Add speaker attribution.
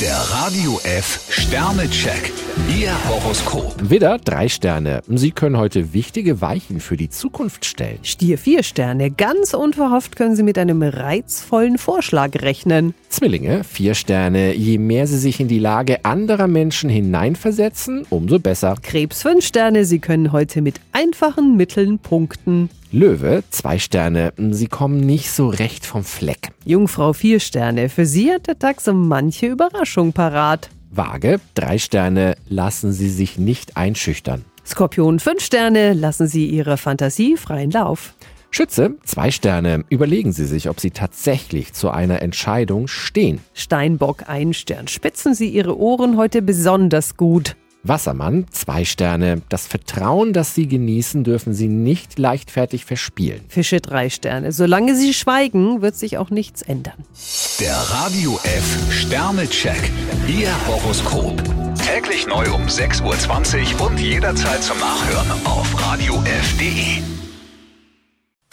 Speaker 1: Der Radio F Sternecheck. Ihr Horoskop.
Speaker 2: Widder, drei Sterne. Sie können heute wichtige Weichen für die Zukunft stellen.
Speaker 3: Stier vier Sterne. Ganz unverhofft können Sie mit einem reizvollen Vorschlag rechnen.
Speaker 2: Zwillinge, vier Sterne. Je mehr Sie sich in die Lage anderer Menschen hineinversetzen, umso besser.
Speaker 3: Krebs fünf Sterne. Sie können heute mit einfachen Mitteln punkten.
Speaker 2: Löwe, zwei Sterne. Sie kommen nicht so recht vom Fleck.
Speaker 3: Jungfrau vier Sterne. Für Sie hat der Tag so manche Überraschung parat.
Speaker 2: Waage, drei Sterne. Lassen Sie sich nicht einschüchtern.
Speaker 3: Skorpion fünf Sterne. Lassen Sie Ihre Fantasie freien Lauf.
Speaker 2: Schütze, zwei Sterne. Überlegen Sie sich, ob Sie tatsächlich zu einer Entscheidung stehen.
Speaker 3: Steinbock ein Stern. Spitzen Sie Ihre Ohren heute besonders gut.
Speaker 2: Wassermann, zwei Sterne. Das Vertrauen, das Sie genießen, dürfen Sie nicht leichtfertig verspielen.
Speaker 3: Fische drei Sterne. Solange Sie schweigen, wird sich auch nichts ändern.
Speaker 1: Der Radio F Sternecheck. Ihr Horoskop. Täglich neu um 6.20 Uhr und jederzeit zum Nachhören auf Radio radiof.de.